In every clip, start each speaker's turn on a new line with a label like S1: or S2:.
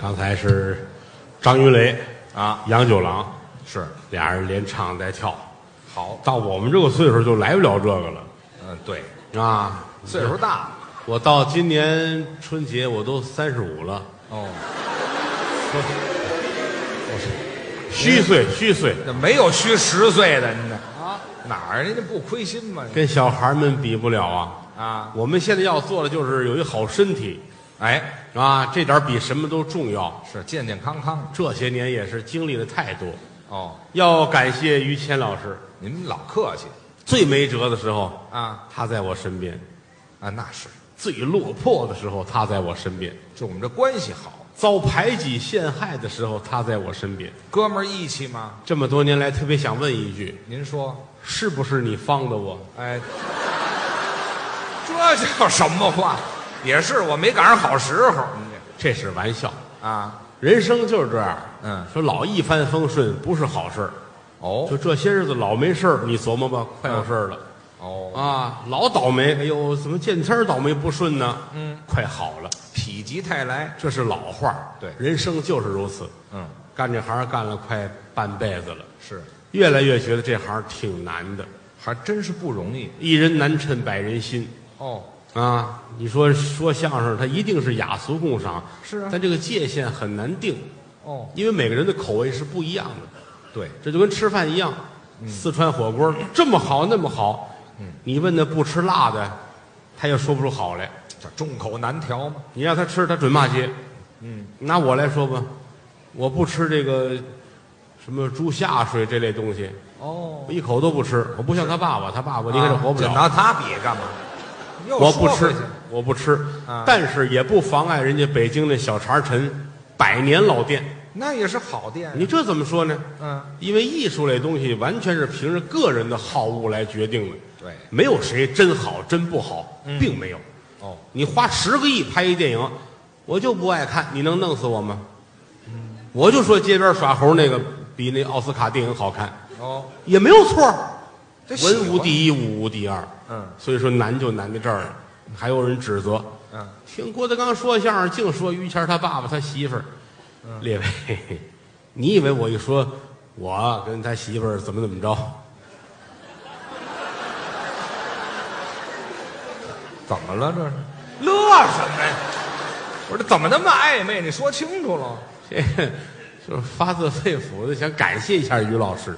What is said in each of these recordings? S1: 刚才是张云雷、
S2: 啊，
S1: 杨九郎
S2: 是
S1: 俩人连唱带跳，
S2: 好，
S1: 到我们这个岁数就来不了这个了
S2: 嗯，对，
S1: 啊。
S2: 岁数大了
S1: 我到今年春节我都三十五了，
S2: 哦，
S1: 虚岁虚岁，
S2: 这没有虚十岁的，您这啊哪儿？您这不亏心吗？
S1: 跟小孩们比不了啊。
S2: 啊，
S1: 我们现在要做的就是有一好身体
S2: 哎，
S1: 啊，这点儿比什么都重要。
S2: 是健健康康的
S1: 这些年也是经历了太多，
S2: 哦。
S1: 要感谢于谦老师，
S2: 您老客气
S1: 最没辙的时候，
S2: 啊
S1: 他在我身边；
S2: 啊，那是，
S1: 最落魄的时候，他在我身边；
S2: 就我们这关系好，
S1: 遭排挤陷害的时候，他在我身边。
S2: 哥们儿义气嘛。
S1: 这么多年来，特别想问一句：
S2: 您说，
S1: 是不是你放的我？
S2: 哎，这叫什么话？也是我没赶上好时候，您
S1: 这是玩笑，
S2: 这啊，
S1: 人生就是这样。
S2: 嗯
S1: 说老一帆风顺不是好事儿，
S2: 哦
S1: 就这些日子老没事儿，你琢磨吧，快有事儿了。
S2: 哦，
S1: 啊，老倒霉，哎呦，怎么见天儿倒霉不顺呢？
S2: 嗯，
S1: 快好了，
S2: 否极泰来，
S1: 这是老话儿
S2: 对
S1: 人生就是如此。
S2: 嗯，
S1: 干这行干了快半辈子了，
S2: 是，
S1: 越来越觉得这行挺难的，
S2: 还真是不容易
S1: 一人难趁百人心
S2: 哦。
S1: 啊！你说说相声，它一定是雅俗共赏，
S2: 是啊
S1: 但这个界限很难定，
S2: 哦，
S1: 因为每个人的口味是不一样的。
S2: 对，
S1: 这就跟吃饭一样，
S2: 嗯
S1: 四川火锅这么好那么好，你问那不吃辣的，他又说不出好来。
S2: 这众口难调嘛。
S1: 你让他吃，他准骂街。
S2: 嗯，
S1: 拿我来说吧，我不吃这个什么猪下水这类东西，
S2: 哦
S1: 我，一口都不吃。我不像他爸爸，他爸爸
S2: 啊
S1: 你看这活不
S2: 这
S1: 了。
S2: 拿他比干嘛？又
S1: 我不
S2: 说回
S1: 吃
S2: 去，
S1: 我不吃
S2: 啊，
S1: 但是也不妨碍人家北京那小茶陈百年老店。
S2: 那也是好店。
S1: 你这怎么说呢？
S2: 嗯，
S1: 因为艺术类东西完全是凭着个人的好恶来决定的，
S2: 对，
S1: 没有谁真好真不好，
S2: 嗯
S1: 并没有。
S2: 哦，
S1: 你花十个亿拍一电影，我就不爱看，你能弄死我吗？我就说街边耍猴那个比那奥斯卡电影好看，
S2: 哦，
S1: 也没有错儿。
S2: 这喜欢
S1: 文无第一，武无第二，
S2: 嗯
S1: 所以说难就难在这儿了。还有人指责，
S2: 嗯，
S1: 听郭德纲说相声，净说于谦儿他爸爸他媳妇儿，列位， 嘿嘿你以为我一说我跟他媳妇儿怎么怎么着，
S2: 怎么了这是？乐什么呀？我这怎么那么暧昧？你说清楚了，
S1: 这个就是发自肺腑的想感谢一下于老师。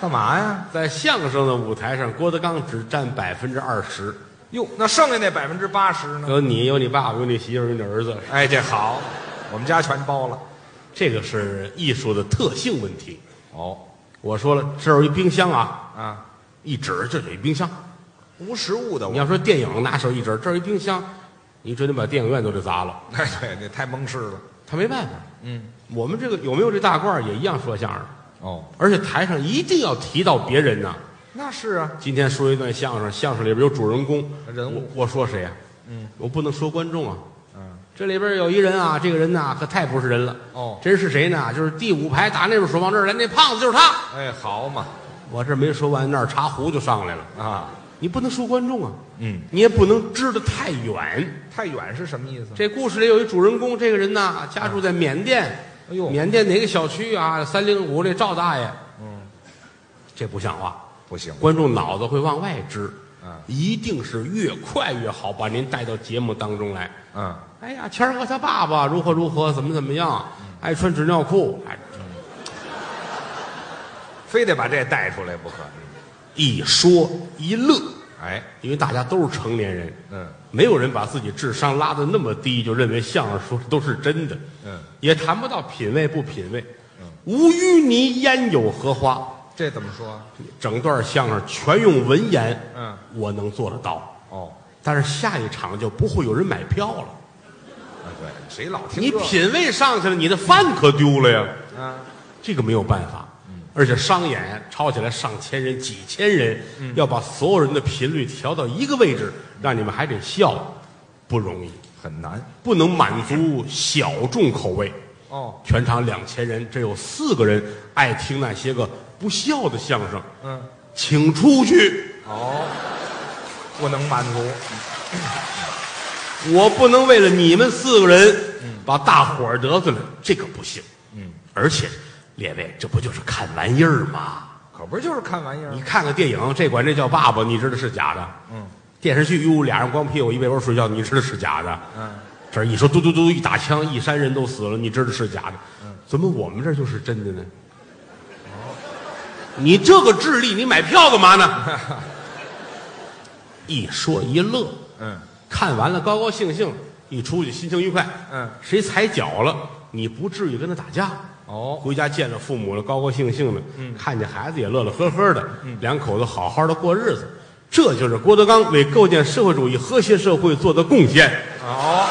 S2: 干嘛呀？
S1: 在相声的舞台上，郭德纲只占百分之二十，
S2: 哟，那剩下那百分之八十呢？
S1: 有你，有你爸爸，有你媳妇儿，有你儿子，
S2: 哎，这好，我们家全包了。
S1: 这个是艺术的特性问题。
S2: 哦，
S1: 我说了，这儿有一冰箱啊，
S2: 啊，
S1: 一指这有一冰箱。
S2: 无实物的
S1: 你
S2: 我。
S1: 要说电影，拿手一指，这儿有一冰箱，你准得把电影院都得砸了。
S2: 哎，对，这太蒙事了。
S1: 他没办法，
S2: 嗯，
S1: 我们这个有没有这大褂儿也一样说相声，
S2: 哦，
S1: 而且台上一定要提到别人呐、
S2: 那是啊，
S1: 今天说一段相声，相声里边有主人公
S2: 人物
S1: 我，我说谁呀、啊
S2: 嗯，
S1: 我不能说观众啊。
S2: 嗯，
S1: 这里边有一人啊，这个人呐、可太不是人了。
S2: 哦
S1: 这人是谁呢？就是第五排打那边数往这儿来，那胖子就是他。
S2: 哎，好嘛，
S1: 我这没说完，那儿茶壶就上来了。
S2: 啊，
S1: 你不能输观众啊，
S2: 嗯，
S1: 你也不能支得太远。
S2: 太远是什么意思？
S1: 这故事里有一主人公，这个人呐，家住在缅甸，
S2: 哎呦
S1: 缅甸哪个小区啊？三零五这赵大爷，
S2: 嗯，
S1: 这不像话，
S2: 不行，
S1: 观众脑子会往外支，
S2: 嗯
S1: 一定是越快越好，把您带到节目当中来。
S2: 嗯，
S1: 哎呀，谦儿和他爸爸如何如何，怎么怎么样，
S2: 嗯
S1: 爱穿纸尿裤，哎，
S2: 非得把这带出来不可。
S1: 一说一乐，
S2: 哎，
S1: 因为大家都是成年人，
S2: 嗯
S1: 没有人把自己智商拉得那么低，就认为相声说的都是真的，
S2: 嗯，
S1: 也谈不到品味不品味。无淤泥焉有荷花？
S2: 这怎么说？
S1: 整段相声全用文言，
S2: 嗯，
S1: 我能做得到，
S2: 哦，
S1: 但是下一场就不会有人买票了。
S2: 啊对，谁老听
S1: 你
S2: 这个
S1: 品味上去了，你的饭可丢了呀。
S2: 啊？
S1: 这个没有办法。而且商演吵起来上千人、几千人，要把所有人的频率调到一个位置，让你们还得笑，不容易，
S2: 很难
S1: 不能满足小众口味。
S2: 哦。
S1: 全场两千人，这有四个人爱听那些个不笑的相声，
S2: 嗯，
S1: 请出去！
S2: 哦，不能满足。
S1: 我不能为了你们四个人，把大伙儿得罪了，这个不行。嗯，而且，列位，这不就是看玩意儿吗？
S2: 可不是就是看玩意儿
S1: 你
S2: 吗？
S1: 看看电影，这管这叫爸爸，你知道是假的。
S2: 嗯，
S1: 电视剧，哟，俩人光屁股一被窝睡觉，你知道是假的。
S2: 嗯，
S1: 这儿一说嘟嘟嘟一打枪，一山人都死了，你知道是假的。嗯，怎么我们这儿就是真的呢？你这个智力，你买票干嘛 呢？一说一乐，
S2: 嗯，
S1: 看完了高高兴兴，一出去心情愉快。
S2: 嗯，
S1: 谁踩脚了，你不至于跟他打架。
S2: 哦，嗯
S1: 回家见了父母了，高高兴兴的，看见孩子也乐乐呵呵的，两口子好好的过日子，这就是郭德纲为构建社会主义和谐社会做的贡献。
S2: 哦，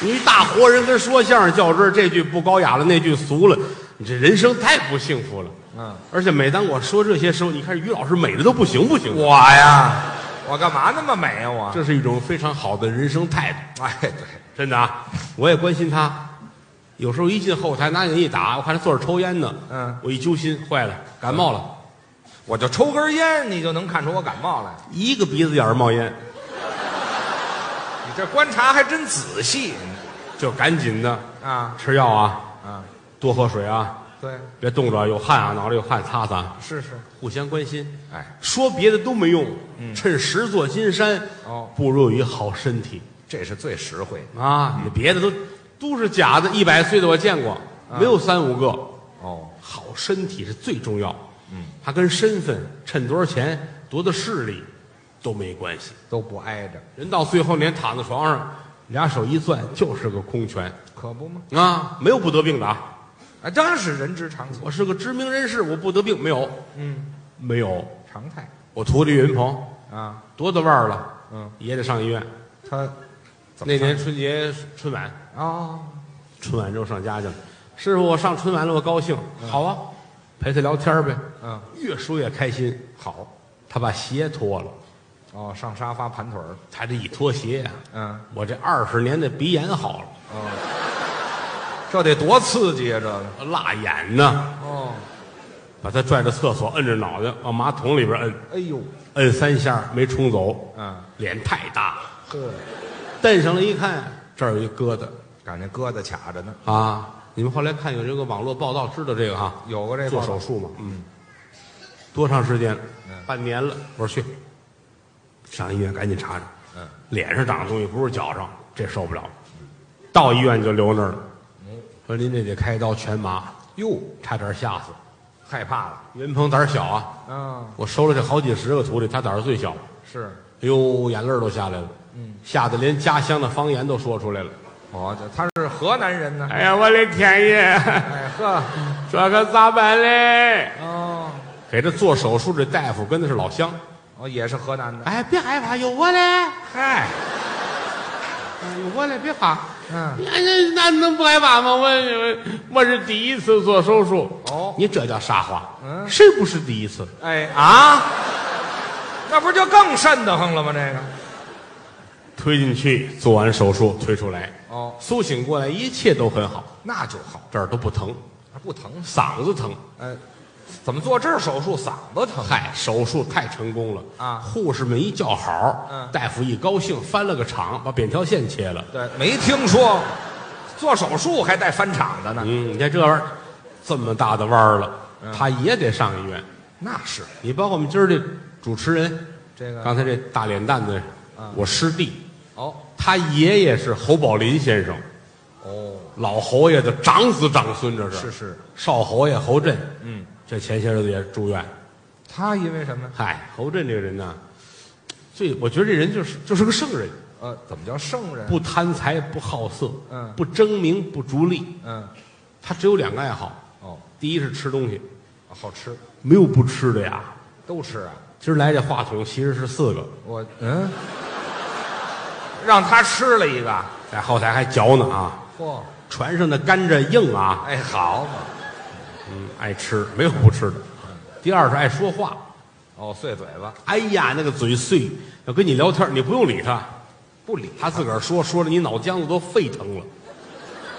S1: 你大活人跟说相声较真儿，这句不高雅了，那句俗了，你这人生太不幸福了。
S2: 嗯，
S1: 而且每当我说这些时候，你看于老师美的都不行不行的，
S2: 我呀，我干嘛那么美呀、我？
S1: 这是一种非常好的人生态度，
S2: 哎，对，
S1: 真的啊！我也关心他，有时候一进后台拿你一打，我看他坐着抽烟呢，
S2: 嗯，
S1: 我一揪心，坏了，感冒了。
S2: 我就抽根烟，你就能看出我感冒来。
S1: 一个鼻子眼儿冒烟，
S2: 你这观察还真仔细
S1: 就赶紧的
S2: 啊
S1: 吃药啊，
S2: 啊！
S1: 多喝水啊，
S2: 对，
S1: 别冻着，有汗啊，脑袋有汗擦擦啊，
S2: 是是，
S1: 互相关心。
S2: 哎，
S1: 说别的都没用，趁石座金山，
S2: 哦
S1: 步入于好身体
S2: 这是最实惠的
S1: 啊！你别的都都是假的，一百岁的我见过，没有三五个。
S2: 哦。
S1: 好身体是最重要，嗯，它跟身份、趁多少钱、多大势力都没关系。
S2: 都不挨着，
S1: 人到最后连躺在床上，俩手一攥就是个空拳
S2: 可不吗？
S1: 啊，没有不得病的啊。
S2: 啊，当然是人之常情，
S1: 我是个知名人士，我不得病没有？
S2: 嗯，
S1: 没有。
S2: 常态
S1: 我徒弟岳云鹏
S2: 啊，
S1: 多大腕儿了，
S2: 嗯，
S1: 也得上医院。
S2: 他怎么
S1: 那年春节春晚，
S2: 哦，
S1: 春晚之后上家去了。师傅，我上春晚了，我高兴。好啊，陪他聊天儿呗。
S2: 嗯，
S1: 越说越开心。
S2: 好，
S1: 他把鞋脱了，
S2: 哦，上沙发盘腿儿，
S1: 他这一脱鞋呀、
S2: 嗯，
S1: 我这二十年的鼻炎好了，
S2: 哦，这得多刺激啊，这个，
S1: 辣眼呢。
S2: 哦，
S1: 把他拽到厕所，摁着脑袋往马桶里边摁，
S2: 哎呦，
S1: 摁三下没冲走，
S2: 嗯，
S1: 脸太大了。
S2: 呵，
S1: 蹬上来一看，这儿有一疙瘩。
S2: 感觉疙瘩卡着呢，
S1: 啊，你们后来看有这个网络报道，知道这个哈、
S2: 有过这
S1: 做
S2: 报道
S1: 手术嘛，嗯，多长时间了？
S2: 嗯
S1: 半年了。我说去，上医院赶紧查查，
S2: 嗯，
S1: 脸上长的东西不是脚上，这受不了。到医院就留那儿了，说您这得开刀全麻，
S2: 哟，
S1: 差点吓死。
S2: 害怕了，
S1: 岳云鹏胆儿小啊，
S2: 啊，
S1: 我收了这好几十个徒弟，他胆儿最小。
S2: 是，
S1: 哎呦，眼泪儿都下来了，嗯，吓得连家乡的方言都说出来了。
S2: 哦，这他是河南人呢，
S1: 哎呀，我的天爷，
S2: 哎呵，
S1: 这可咋办嘞？
S2: 哦，
S1: 给他做手术这大夫跟的是老乡，
S2: 哦，也是河南的，
S1: 哎，别害怕，有我嘞，
S2: 嗨，
S1: 哎有我嘞，别怕。
S2: 嗯，
S1: 那那那能不害怕吗？我我我是第一次做手术。
S2: 哦
S1: 你这叫啥话？
S2: 嗯
S1: 谁不是第一次？
S2: 哎啊，那不就更瘆得慌了吗？这个。
S1: 推进去，做完手术推出来，
S2: 哦，
S1: 苏醒过来，一切都很好，
S2: 那就好，
S1: 这儿都不疼，
S2: 不疼。
S1: 嗓子疼。
S2: 呃，怎么做这儿手术嗓子疼？
S1: 嗨，手术太成功了
S2: 啊
S1: 护士们一叫好，
S2: 嗯
S1: 大夫一高兴翻了个场，把扁条线切了。
S2: 对，没听说过，做手术还带翻场的呢。
S1: 嗯，你看这玩意儿，这么大的弯儿了，他也得上医院。
S2: 那是
S1: 你包括我们今儿这主持人，
S2: 这个啊
S1: 刚才这大脸蛋子，我师弟，
S2: 哦
S1: 他爷爷是侯宝林先生，
S2: 哦，
S1: 老侯爷的长子长孙，这
S2: 是
S1: 是
S2: 是，
S1: 少侯爷侯震。
S2: 嗯，
S1: 这前些日子也住院。
S2: 他因为什么？
S1: 嗨，侯震这个人呢，最我觉得这人就是就是个圣人，
S2: 呃，怎么叫圣人？
S1: 不贪财，不好色，
S2: 嗯
S1: 不争名，不逐利。
S2: 嗯，
S1: 他只有两个爱好，
S2: 哦，
S1: 第一是吃东西，
S2: 好吃，
S1: 没有不吃的呀。
S2: 都吃啊。
S1: 今儿来这话筒其实是四个，
S2: 我嗯，让他吃了一个，
S1: 在后台还嚼呢啊。
S2: 嚯、
S1: 船上的甘蔗硬啊，
S2: 哎，好嘛，
S1: 嗯，爱吃，没有不吃的。第二是爱说话，
S2: 哦，碎嘴巴，
S1: 哎呀，那个嘴碎，要跟你聊天，你不用理他，
S2: 不理，
S1: 他自个儿说说的，你脑浆子都沸腾了，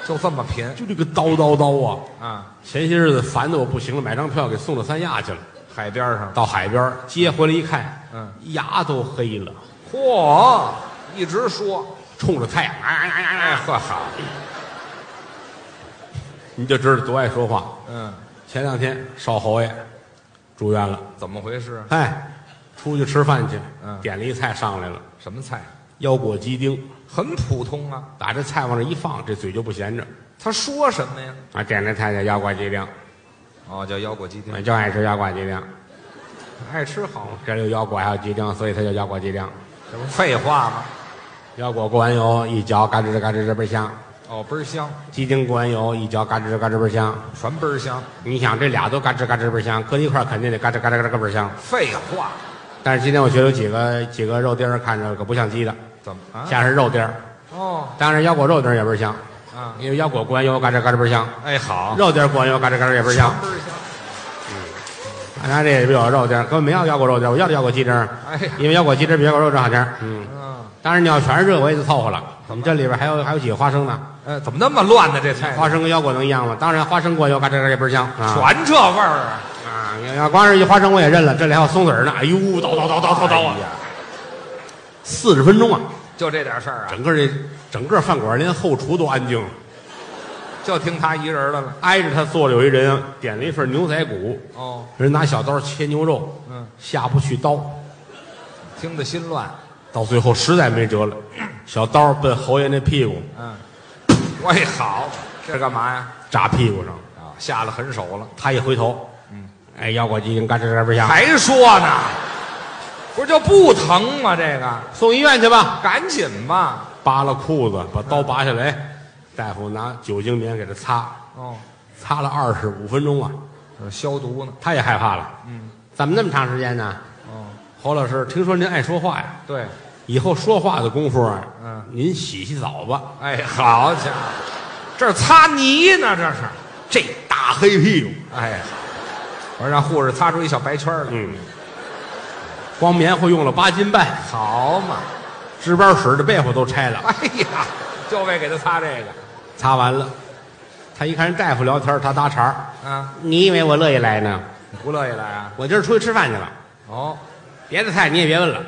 S2: 就这么贫
S1: 就这个叨叨叨啊。
S2: 啊。
S1: 前些日子烦的我不行了，买张票给送到三亚去了，
S2: 海边上，
S1: 到海边儿接回来一看，
S2: 嗯，
S1: 牙都黑了，
S2: 嚯，一直说
S1: 冲着太阳，啊啊啊啊
S2: 哎
S1: 啊，
S2: 呵好，
S1: 你就知道多爱说话。
S2: 嗯，
S1: 前两天少侯爷住院了，
S2: 怎么回事？
S1: 哎，出去吃饭去，
S2: 嗯
S1: 点了一菜上来了，
S2: 什么菜？啊
S1: 腰果鸡丁，
S2: 很普通啊。
S1: 打这菜往那一放，这嘴就不闲着
S2: 他说什么呀？
S1: 啊，点了菜叫腰果鸡丁，
S2: 哦，叫腰果鸡
S1: 我
S2: 丁，
S1: 就爱吃腰果鸡丁，
S2: 爱吃好，
S1: 这里有腰果还有鸡丁，所以它叫腰果鸡丁。
S2: 这不废话吗？
S1: 腰果过完油一嚼，嘎吱吱嘎吱吱倍儿香；
S2: 哦，倍儿香，
S1: 鸡丁过完油一嚼，嘎吱吱嘎吱倍儿香。
S2: 全倍儿香。
S1: 你想这俩都嘎吱嘎吱倍儿香，搁一块儿肯定得嘎吱嘎吱嘎吱倍儿香。
S2: 废话，
S1: 但是今天我觉得有几个几个肉丁儿看着可不像鸡的，
S2: 怎么啊？
S1: 像是肉丁儿。
S2: 哦
S1: 当然腰果肉丁儿也倍儿香，
S2: 啊，
S1: 因为腰果过完油嘎吱嘎吱倍儿香，
S2: 哎好，
S1: 肉丁儿过完油嘎吱嘎吱也倍儿香。
S2: 倍儿香。
S1: 俺家这也有肉丁儿，根本没要腰果肉丁儿，我要的腰果鸡丁儿，
S2: 哎呀，
S1: 因为腰果鸡丁儿比腰果肉丁儿好吃儿。嗯，
S2: 嗯，
S1: 当然你要全是这个我也就凑合了。我们这里边还有还有几个花生呢，
S2: 哎，怎么那么乱呢？这菜
S1: 花生跟腰果能一样吗？当然花生过油嘎吱嘎吱也倍儿香啊。
S2: 全这味儿啊！
S1: 啊，你要光是一花生我也认了，这里还有松子儿呢。哎呦，叨叨叨叨叨叨
S2: 哎
S1: 啊！
S2: 呀
S1: 四十分钟啊，
S2: 就这点事儿啊，
S1: 整个这整个饭馆连后厨都安静了，
S2: 就听他一人的了。
S1: 挨着他坐着有一人点了一份牛仔骨，
S2: 哦，
S1: 人拿小刀切牛肉，
S2: 嗯，
S1: 下不去刀，
S2: 听得心乱。
S1: 到最后实在没辙了，小刀奔侯爷那屁股
S2: 嗯，喂，好，这干嘛呀？
S1: 扎屁股上，
S2: 啊，下了狠手了，
S1: 他一回头，
S2: 嗯，
S1: 哎，腰果鸡跟嘎吱嘎吱不响，
S2: 还说呢？不是就不疼吗？这个，
S1: 送医院去吧。
S2: 赶紧吧。
S1: 扒了裤子，把刀拔下来，大夫拿酒精棉给他擦，
S2: 哦，
S1: 擦了二十五分钟啊。
S2: 这消毒呢。
S1: 他也害怕了。
S2: 嗯，
S1: 怎么那么长时间呢？
S2: 哦，
S1: 侯老师，听说您爱说话呀，
S2: 对，
S1: 以后说话的功夫啊，
S2: 嗯，
S1: 您洗洗澡吧。
S2: 哎，好家伙，这儿擦泥呢，这是。
S1: 这大黑屁股，
S2: 哎，我让护士擦出一小白圈来。
S1: 嗯，光棉花用了八斤半，
S2: 好嘛，
S1: 值班室的被窝都拆了，
S2: 哎呀，就为给他擦这个
S1: 擦完了。他一看人大夫聊天，他搭茬儿
S2: 啊，
S1: 你以为我乐意来呢？
S2: 不乐意来啊？
S1: 我今儿出去吃饭去了，
S2: 哦，
S1: 别的菜你也别问了。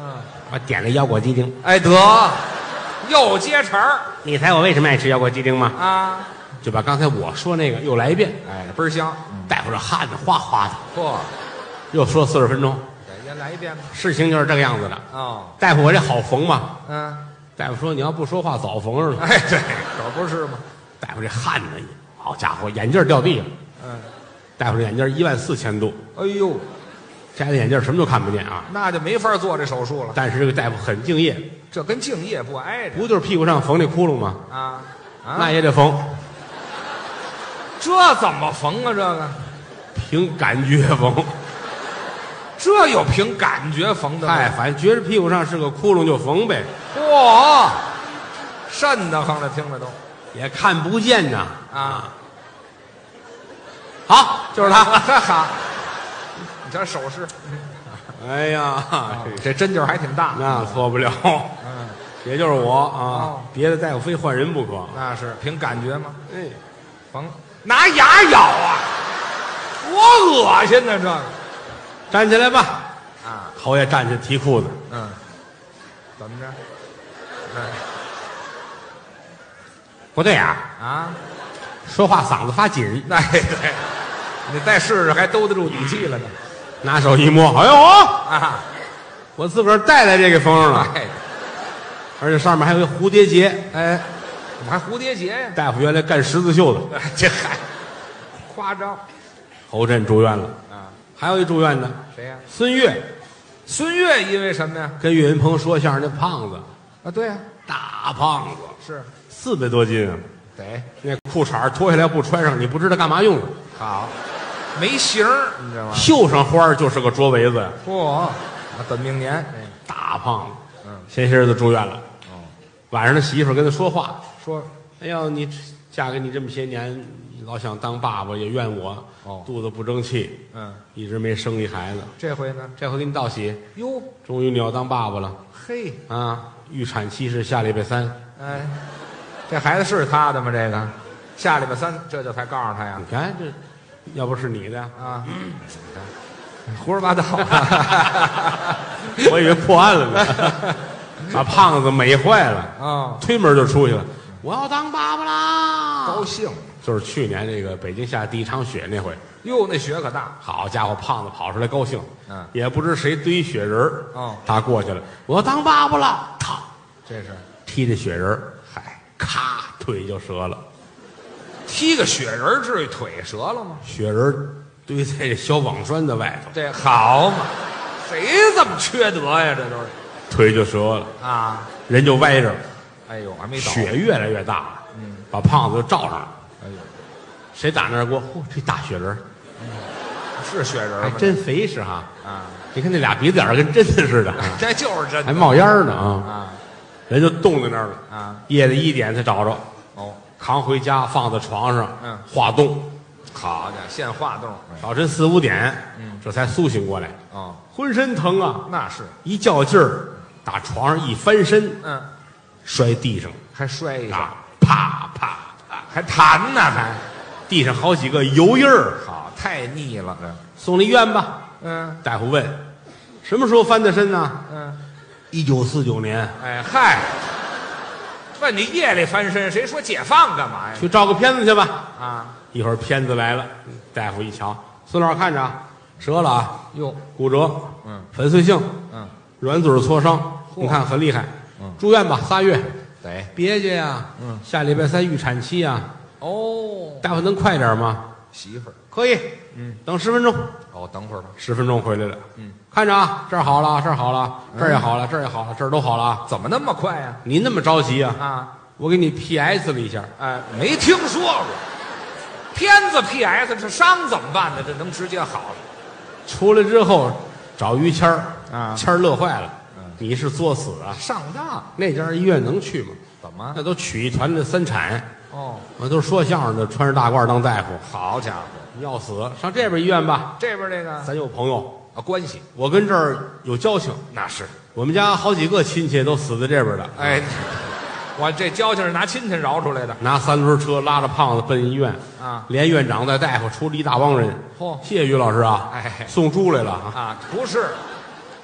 S2: 嗯，
S1: 我点了腰果鸡丁，
S2: 哎得，又接茬儿
S1: 你猜我为什么爱吃腰果鸡丁吗？
S2: 啊，
S1: 就把刚才我说那个又来一遍。
S2: 哎，倍儿香，
S1: 大夫这汗的哗哗的，
S2: 嚯，
S1: 又说四十分钟。
S2: 再先来一遍吧。
S1: 事情就是这个样子的。
S2: 哦，
S1: 大夫，我这好缝吗？
S2: 嗯，
S1: 大夫说你要不说话早缝上了。
S2: 哎对，可不是嘛，
S1: 大夫这汗呢，好家伙，眼镜儿掉地上。
S2: 嗯，
S1: 大夫这眼镜一万四千度，
S2: 哎呦，
S1: 摘了眼镜儿什么都看不见啊。
S2: 那就没法做这手术了，
S1: 但是这个大夫很敬业，
S2: 这跟敬业不挨着
S1: 不就是屁股上缝那窟窿吗？
S2: 啊
S1: 那
S2: 啊，
S1: 也得缝，
S2: 这怎么缝啊？这个
S1: 凭感觉缝。
S2: 这有凭感觉缝的吗？
S1: 嗨，反正觉着屁股上是个窟窿就缝呗，
S2: 嚯，瘆得慌了，听着都
S1: 也看不见呐。
S2: 啊，
S1: 好，就是他。
S2: 哈哈，你瞧手势，
S1: 哎呀，
S2: 这针灸还挺大。
S1: 那错不了，
S2: 嗯，
S1: 也就是我
S2: 哦
S1: 啊，别的大夫非换人不可。
S2: 那是凭感觉吗？
S1: 哎。
S2: 缝，拿牙咬啊，多恶心呢、这个
S1: 站起来吧！
S2: 啊，
S1: 侯爷站起来提裤子，
S2: 嗯，怎么着？嗯
S1: 不对啊，
S2: 啊，
S1: 说话嗓子发紧，
S2: 那对，你再试试还兜得住底气了呢
S1: 拿手一摸，哎呦啊，
S2: 啊！
S1: 我自个儿带来这个风了，
S2: 哎
S1: 而且上面还有一蝴蝶结。
S2: 哎，怎么还蝴蝶结呀、
S1: 大夫原来干十字绣的，
S2: 哎这还夸张
S1: 侯震住院了，
S2: 啊？
S1: 还有一住院的
S2: 谁呀、
S1: 孙越，
S2: 孙越因为什么呀？
S1: 跟岳云鹏说相声那胖子，
S2: 啊，对呀、
S1: 大胖子，
S2: 是
S1: 四百多斤啊，
S2: 得
S1: 那裤衩脱下来不穿上，你不知道干嘛用的，
S2: 好，没型儿，你知道吗？
S1: 绣上花儿就是个桌围子呀，
S2: 嚯、啊本命年，这
S1: 大胖子。
S2: 嗯，
S1: 前些日子住院了，
S2: 哦，
S1: 晚上他媳妇儿跟他说话，
S2: 说
S1: 哎呦，你嫁给你这么些年，老想当爸爸，也怨我，
S2: 哦
S1: 肚子不争气，
S2: 嗯，
S1: 一直没生一孩子。
S2: 这回呢？
S1: 这回给你道喜，
S2: 哟，
S1: 终于你要当爸爸了
S2: 嘿，
S1: 啊！预产期是下礼拜三，
S2: 哎，这孩子是他的吗？这个，下礼拜三这就才告诉他呀
S1: 你看这，要不是你的，
S2: 啊，胡说八道，啊
S1: 我以为破案了呢。把胖子美坏了，
S2: 啊，
S1: 推门就出去了。我要当爸爸啦！
S2: 高兴。
S1: 就是去年这个北京下第一场雪那回，
S2: 哟，那雪可大，
S1: 好家伙，胖子跑出来高兴，
S2: 嗯
S1: 也不知谁堆雪人儿，
S2: 哦
S1: 他过去了，我要当爸爸了，烫，
S2: 这是
S1: 踢这雪人儿，嗨，咔，腿就折了，
S2: 踢个雪人儿至于腿折了吗？
S1: 雪人儿堆在这小网栓的外头，
S2: 这好嘛，谁这么缺德呀？这都是
S1: 腿就折了，
S2: 啊！
S1: 人就歪着了，
S2: 哎呦，还没倒。嗯
S1: 雪越来越大了，把胖子就罩上了，
S2: 哎呦，
S1: 谁打那儿过，嚯，这大雪人儿
S2: 是雪人儿
S1: 还
S2: 吗？
S1: 真肥实哈，
S2: 啊，
S1: 你看那俩鼻子眼儿跟真的似的，
S2: 这就是真
S1: 还
S2: 的
S1: 冒烟儿呢啊，
S2: 啊
S1: 人就冻在那儿了，
S2: 啊！
S1: 夜里一点才找着。
S2: 哦，
S1: 扛回家放在床上，
S2: 嗯
S1: 化冻，
S2: 好家伙，现化冻
S1: 早晨四五点，
S2: 嗯
S1: 这才苏醒过来，
S2: 哦，
S1: 浑身疼啊，
S2: 那是
S1: 一较劲儿，打床上一翻身，
S2: 嗯，
S1: 摔地上，
S2: 还摔一下，
S1: 啊，啪啪啪，
S2: 还弹呢，还
S1: 地上好几个油印儿，
S2: 好，太腻了这。
S1: 送医院吧。
S2: 嗯
S1: 大夫问，什么时候翻的身呢？
S2: 嗯，
S1: 一九四九年，
S2: 哎嗨，问你夜里翻身，谁说解放干嘛呀？
S1: 去照个片子去吧。
S2: 啊，
S1: 一会儿片子来了，大夫一瞧，孙老师看着啊，折了啊，
S2: 哟，
S1: 骨折，
S2: 嗯
S1: 粉碎性，
S2: 嗯，
S1: 软嘴儿挫伤，你看很厉害，
S2: 嗯
S1: 住院吧，仨月。
S2: 得
S1: 别介呀、
S2: 嗯
S1: 下礼拜三预产期啊，
S2: 哦，
S1: 大夫能快点吗？
S2: 媳妇儿
S1: 可以，
S2: 嗯，
S1: 等十分钟，
S2: 哦，等会儿吧。
S1: 十分钟回来了，
S2: 嗯，
S1: 看着啊，这儿好了，这儿好了，这儿也好了，这儿也好了，这儿都好了啊，
S2: 怎么那么快呀、
S1: 你那么着急啊？
S2: 啊，
S1: 我给你 PS 了一下，
S2: 哎，没听说过。片子 PS 这伤怎么办呢？这能直接好了？
S1: 出来之后找于谦儿，
S2: 啊嗯
S1: 谦儿乐坏了，你是作死啊？
S2: 上当？
S1: 那家医院能去吗？
S2: 怎么
S1: 那？都曲艺团的三产，
S2: 哦，
S1: 啊，都是说相声的，穿着大褂当大夫，
S2: 好家伙，
S1: 要死，上这边医院吧，
S2: 这边这个啊
S1: 咱有朋友，
S2: 关系
S1: 我跟这儿有交情。
S2: 那是，
S1: 我们家好几个亲戚都死在这边的，
S2: 哎，我这交情是拿亲戚饶出来的
S1: 拿三轮车拉着胖子奔医院，
S2: 啊
S1: 连院长带大夫出了一大帮人。
S2: 嚯
S1: 谢谢于老师啊，
S2: 哎
S1: 送猪来了啊！
S2: 啊，不是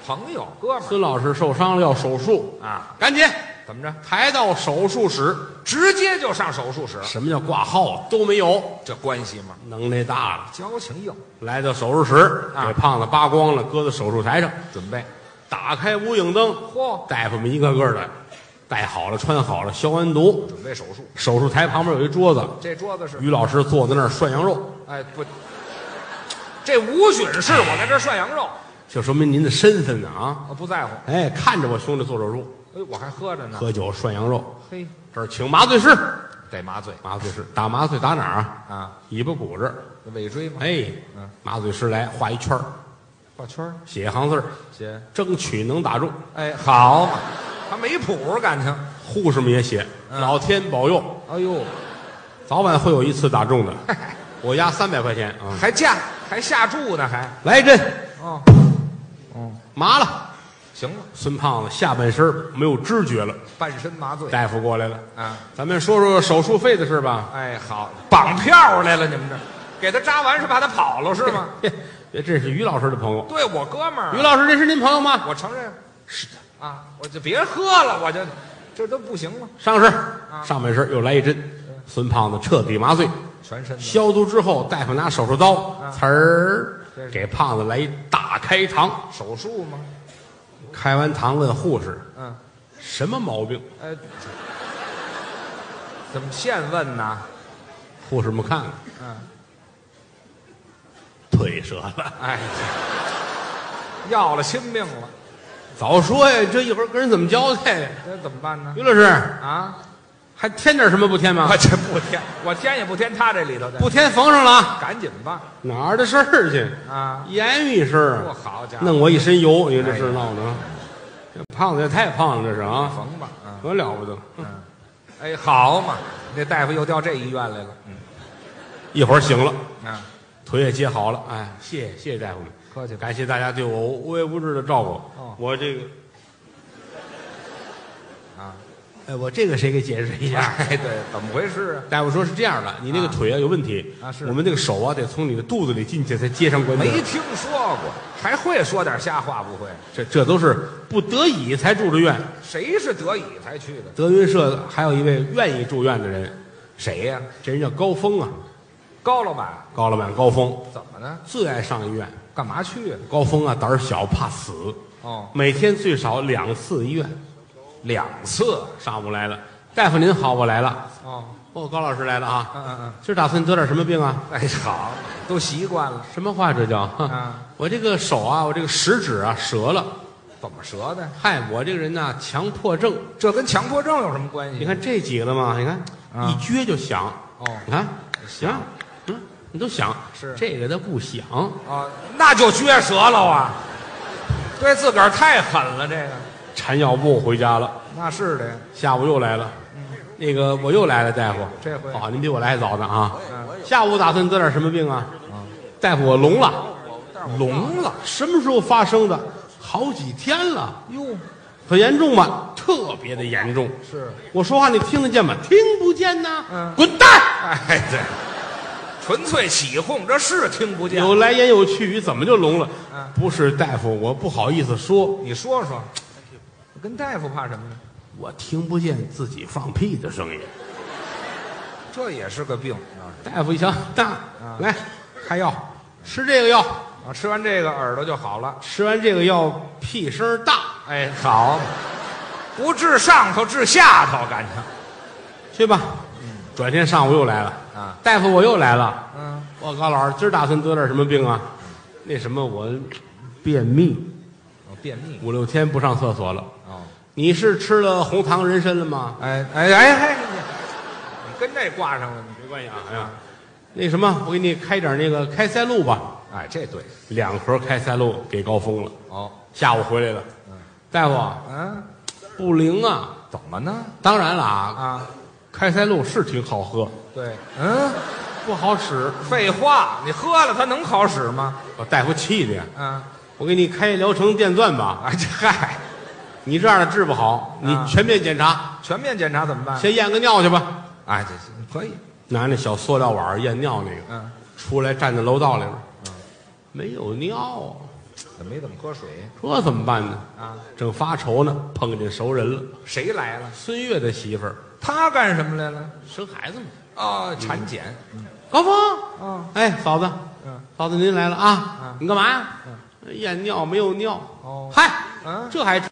S2: 朋友哥们
S1: 孙老师受伤了要手术，
S2: 儿啊，
S1: 赶紧
S2: 怎么着？
S1: 抬到手术室。
S2: 直接就上手术室，
S1: 什么叫挂号啊都没有，
S2: 这关系嘛，
S1: 能耐大了。
S2: 交情硬，
S1: 来到手术室，
S2: 啊
S1: 给胖子扒光了，搁在手术台上，
S2: 准备
S1: 打开无影灯，
S2: 嚯，
S1: 大夫们一个个的戴好了、穿好了，消完毒。
S2: 准备手术。
S1: 手术台旁边有一桌子，
S2: 这桌子是
S1: 于老师坐在那儿涮羊肉。
S2: 哎，不，这无菌是我在这儿涮羊肉，
S1: 就说明您的身份呢啊！
S2: 我不在乎。
S1: 哎，看着我兄弟做手术，
S2: 哎，我还喝着呢。
S1: 喝酒涮羊肉，
S2: 嘿，
S1: 这儿请麻醉师，
S2: 得麻醉
S1: 麻醉师打麻醉打哪儿啊？
S2: 啊，
S1: 尾巴骨这儿，
S2: 尾椎嘛，
S1: 哎
S2: 嗯，
S1: 麻醉师来画一圈儿，
S2: 画圈儿，
S1: 写一行字儿，
S2: 姐，
S1: 争取能打中。
S2: 哎，好嘛，他没谱感情。
S1: 护士们也写，
S2: 嗯
S1: 老天保佑，
S2: 哎呦，
S1: 早晚会有一次打中 的。我押三百块钱啊！
S2: 还架还下注呢，还
S1: 来一针，
S2: 哦，哦，
S1: 麻了。
S2: 行了，
S1: 孙胖子下半身儿没有知觉了，
S2: 半身麻醉
S1: 大夫过来了，
S2: 啊，
S1: 咱们说说手术费的事吧。
S2: 哎，好，绑票来了，你们这儿给他扎完是怕他跑了是 吗？
S1: 嘿嘿这是于老师的朋友，
S2: 对我哥们儿
S1: 于
S2: 啊，
S1: 老师，这是您朋友吗？
S2: 我承认
S1: 是的。
S2: 啊，我就别喝了，我就这都不行了，
S1: 上身儿
S2: 啊
S1: 上半身儿又来一针，孙胖子彻底麻醉，
S2: 嗯全身的
S1: 消毒之后，大夫拿手术
S2: 嗯
S1: 刀，呲儿
S2: 这是
S1: 给胖子来一大开膛，
S2: 手术吗？
S1: 开完膛问护士
S2: 嗯，
S1: 什么毛病，
S2: 呃，怎么现问呢？
S1: 护士们看看，
S2: 嗯，
S1: 腿折了，
S2: 哎，要了亲命了，
S1: 早说呀，这一会儿跟人怎么交代呀？
S2: 这怎么办呢？
S1: 于老师
S2: 啊，
S1: 还添点什么不添吗
S2: 我？这不添，我添也不添他这里头的，
S1: 不添缝上了啊，
S2: 赶紧吧
S1: 哪儿的事儿去？
S2: 啊！
S1: 言语一声
S2: 我
S1: 啊，
S2: 好家伙，
S1: 弄我一身油，你这事儿
S2: 哎呀
S1: 闹的啊，这胖子也太胖了，这是啊，
S2: 缝吧啊！
S1: 多了不得。
S2: 哎，好嘛，那大夫又调这医院来了，
S1: 一会儿醒了。
S2: 嗯啊，
S1: 腿也接好了，哎，谢谢谢谢大夫们，
S2: 客气吧。
S1: 感谢大家对我哦无微不至的照顾。
S2: 哦
S1: 我这个
S2: 啊，
S1: 呃，我这个谁给解释一下？
S2: 哎，对，怎么回事啊？
S1: 大夫说是这样的，你那个腿啊有问题
S2: 啊是哎
S1: 我们那个手啊得从你的肚子里进去才接上关
S2: 没
S1: 节，
S2: 听说过，还会说点瞎话不会？
S1: 这这都是不得已才住的院。
S2: 谁是得已才去的？
S1: 德云社还有一位愿意住院的人，
S2: 谁呀、
S1: 这人叫高峰啊，
S2: 高老板
S1: 高老板高峰
S2: 怎么呢？
S1: 最爱上医院。
S2: 干嘛去啊？
S1: 高峰啊，胆儿小，怕死，
S2: 哦，
S1: 每天最少两次医院，
S2: 两次
S1: 上午来了，大夫您好，我来了，
S2: 哦，
S1: 哦，高老师来了啊，
S2: 嗯嗯嗯，
S1: 今儿打算得点什么病啊？
S2: 哎，好，都习惯了，
S1: 什么话这叫？哼
S2: 啊
S1: 我这个手啊，我这个食指啊折了，
S2: 怎么折的？
S1: 嗨，我这个人呐、强迫症，
S2: 这跟强迫症有什么关系？
S1: 你看这几个了吗？你看、
S2: 啊
S1: 一撅就响，
S2: 哦
S1: 你看行，嗯，你都响，
S2: 是
S1: 这个它不响，
S2: 啊，那就撅折了啊！对自个儿太狠了，这个
S1: 缠腰布回家了，
S2: 那是的呀。
S1: 下午又来了，那个我又来了，大夫，
S2: 嗯这回
S1: 好、您比我来得早呢啊。
S2: 嗯，
S1: 下午打算得点什么病啊？大夫，我聋了，
S2: 聋了
S1: 什么时候发生的？好几天了，
S2: 哟，
S1: 很严重吗？特别的严重。
S2: 是，
S1: 我说话你听得见吗？听不见呐。
S2: 嗯
S1: 滚蛋！
S2: 哎对，纯粹起哄，这是听不见。
S1: 有来言有去语，怎么就聋了？
S2: 嗯
S1: 不是大夫，我不好意思说，
S2: 你说说，跟大夫怕什么呢？
S1: 我听不见自己放屁的声音。
S2: 这也是个病啊！
S1: 大夫一想，那
S2: 啊
S1: 来开药，吃这个药，
S2: 啊，吃完这个耳朵就好了。
S1: 吃完这个药屁声大，
S2: 哎，好，不治上头治下头，感情
S1: 去吧。转天上午又来了，
S2: 啊，
S1: 大夫我又来了。
S2: 嗯，
S1: 我高老师，今儿打算得点什么病啊？那什么，我便秘
S2: 哦便秘
S1: 五六天不上厕所了。
S2: 哦，
S1: 你是吃了红糖人参了吗？
S2: 哎哎哎哎，你跟这挂上了，
S1: 没关系啊，哎呀，那什么，我给你开点那个开塞露吧，
S2: 哎，这对
S1: 两盒开塞露给高峰了。
S2: 哦，
S1: 下午回来了，大夫啊
S2: 嗯，
S1: 不灵啊！
S2: 怎么呢？
S1: 当然了啊，
S2: 啊，
S1: 开塞露是挺好喝，
S2: 对，嗯，
S1: 不好使，
S2: 废话，你喝了它能好使吗？
S1: 把大夫气的呀。
S2: 嗯，
S1: 我给你开疗程电钻吧，
S2: 啊，这嗨，
S1: 你这样的治不好，你
S2: 啊
S1: 全面检查，
S2: 全面检查怎么办？
S1: 先验个尿去吧。
S2: 哎，这这可以，
S1: 拿那小塑料碗儿验尿那个，
S2: 嗯，
S1: 出来站在楼道里边儿，没有尿啊，
S2: 怎么没怎么喝水
S1: 这怎么办呢？
S2: 啊？
S1: 正发愁呢，碰见熟人了，
S2: 谁来了？
S1: 孙越的媳妇儿
S2: 他干什么来了？
S1: 生孩子嘛，
S2: 啊，产检，
S1: 高峰，
S2: 啊，
S1: 哎，嫂子，
S2: 嗯，
S1: 嫂子您来了啊
S2: 嗯，
S1: 哎你干嘛呀？验尿没有尿，
S2: 哦
S1: 嗨，
S2: 嗯
S1: 这还